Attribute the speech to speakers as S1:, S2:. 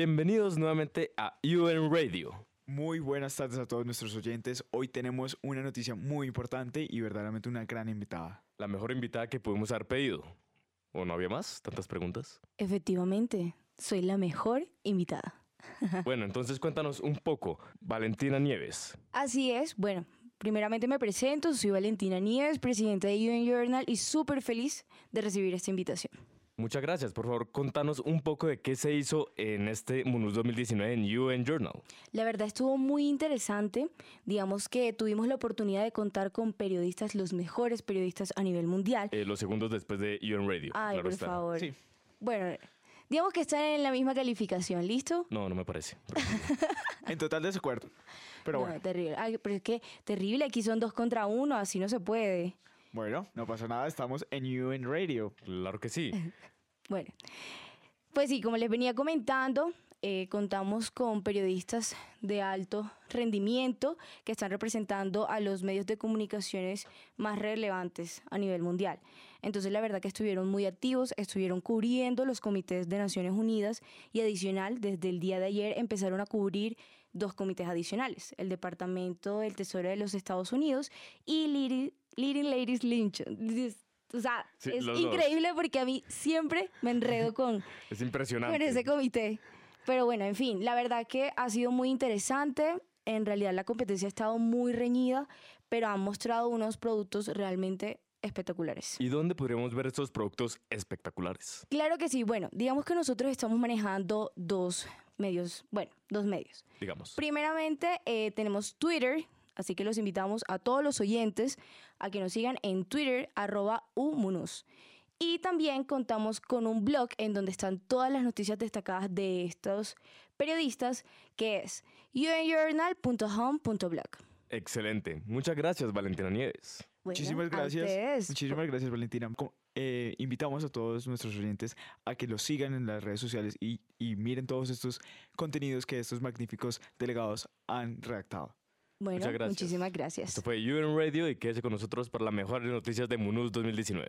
S1: Bienvenidos nuevamente a UN Radio.
S2: Muy buenas tardes a todos nuestros oyentes. Hoy tenemos una noticia muy importante y verdaderamente una gran invitada.
S1: La mejor invitada que pudimos haber pedido. ¿O no había más? ¿Tantas preguntas?
S3: Efectivamente, soy la mejor invitada.
S1: Bueno, entonces cuéntanos un poco. Valentina Nieves.
S3: Así es, bueno, primeramente me presento, soy Valentina Nieves, presidenta de UN Journal y súper feliz de recibir esta invitación.
S1: Muchas gracias. Por favor, contanos un poco de qué se hizo en este MUNUS 2019 en UN Journal.
S3: La verdad estuvo muy interesante. Digamos que tuvimos la oportunidad de contar con periodistas, los mejores periodistas a nivel mundial.
S1: Eh, los segundos después de UN Radio.
S3: Ay,
S1: claro
S3: por
S1: está.
S3: favor.
S2: Sí.
S3: Bueno, digamos que están en la misma calificación, ¿listo?
S1: No, no me parece. Pero-
S2: En total desacuerdo. Pero
S3: no,
S2: bueno,
S3: terrible. Ay, pero es que terrible, aquí son dos contra uno, así no se puede.
S2: bueno, no pasa nada, estamos en UN Radio.
S1: claro que sí.
S3: Bueno, pues sí, como les venía comentando, eh, contamos con periodistas de alto rendimiento que están representando a los medios de comunicaciones más relevantes a nivel mundial. Entonces, la verdad que estuvieron muy activos, estuvieron cubriendo los comités de Naciones Unidas y adicional, desde el día de ayer empezaron a cubrir dos comités adicionales, el Departamento del Tesoro de los Estados Unidos y Leading- Leading Ladies Lynch. O sea,
S1: Sí,
S3: es
S1: los dos.
S3: increíble porque a mí siempre me enredo con,
S1: Es impresionante.
S3: con ese comité. Pero bueno, en fin, la verdad que ha sido muy interesante. En realidad la competencia ha estado muy reñida, pero han mostrado unos productos realmente espectaculares.
S1: ¿Y dónde podríamos ver estos productos espectaculares?
S3: Claro que sí. Bueno, digamos que nosotros estamos manejando dos medios, bueno, dos medios.
S1: Digamos.
S3: Primeramente, eh, tenemos Twitter, así que los invitamos a todos los oyentes a que nos sigan en Twitter, arroba umunus. Y también contamos con un blog en donde están todas las noticias destacadas de estos periodistas, que es unjournal.home.blog.
S1: Excelente. Muchas gracias, Valentina Nieves.
S3: Bueno,
S2: Muchísimas
S3: a
S2: gracias.
S3: ustedes.
S2: Muchísimas gracias, Valentina. Co- eh, invitamos a todos nuestros oyentes a que los sigan en las redes sociales y, y miren todos estos contenidos que estos magníficos delegados han redactado.
S3: Bueno,
S1: Muchas gracias.
S3: muchísimas gracias.
S1: Esto fue UN Radio y quédese con nosotros para las mejores noticias de MUNUS 2019.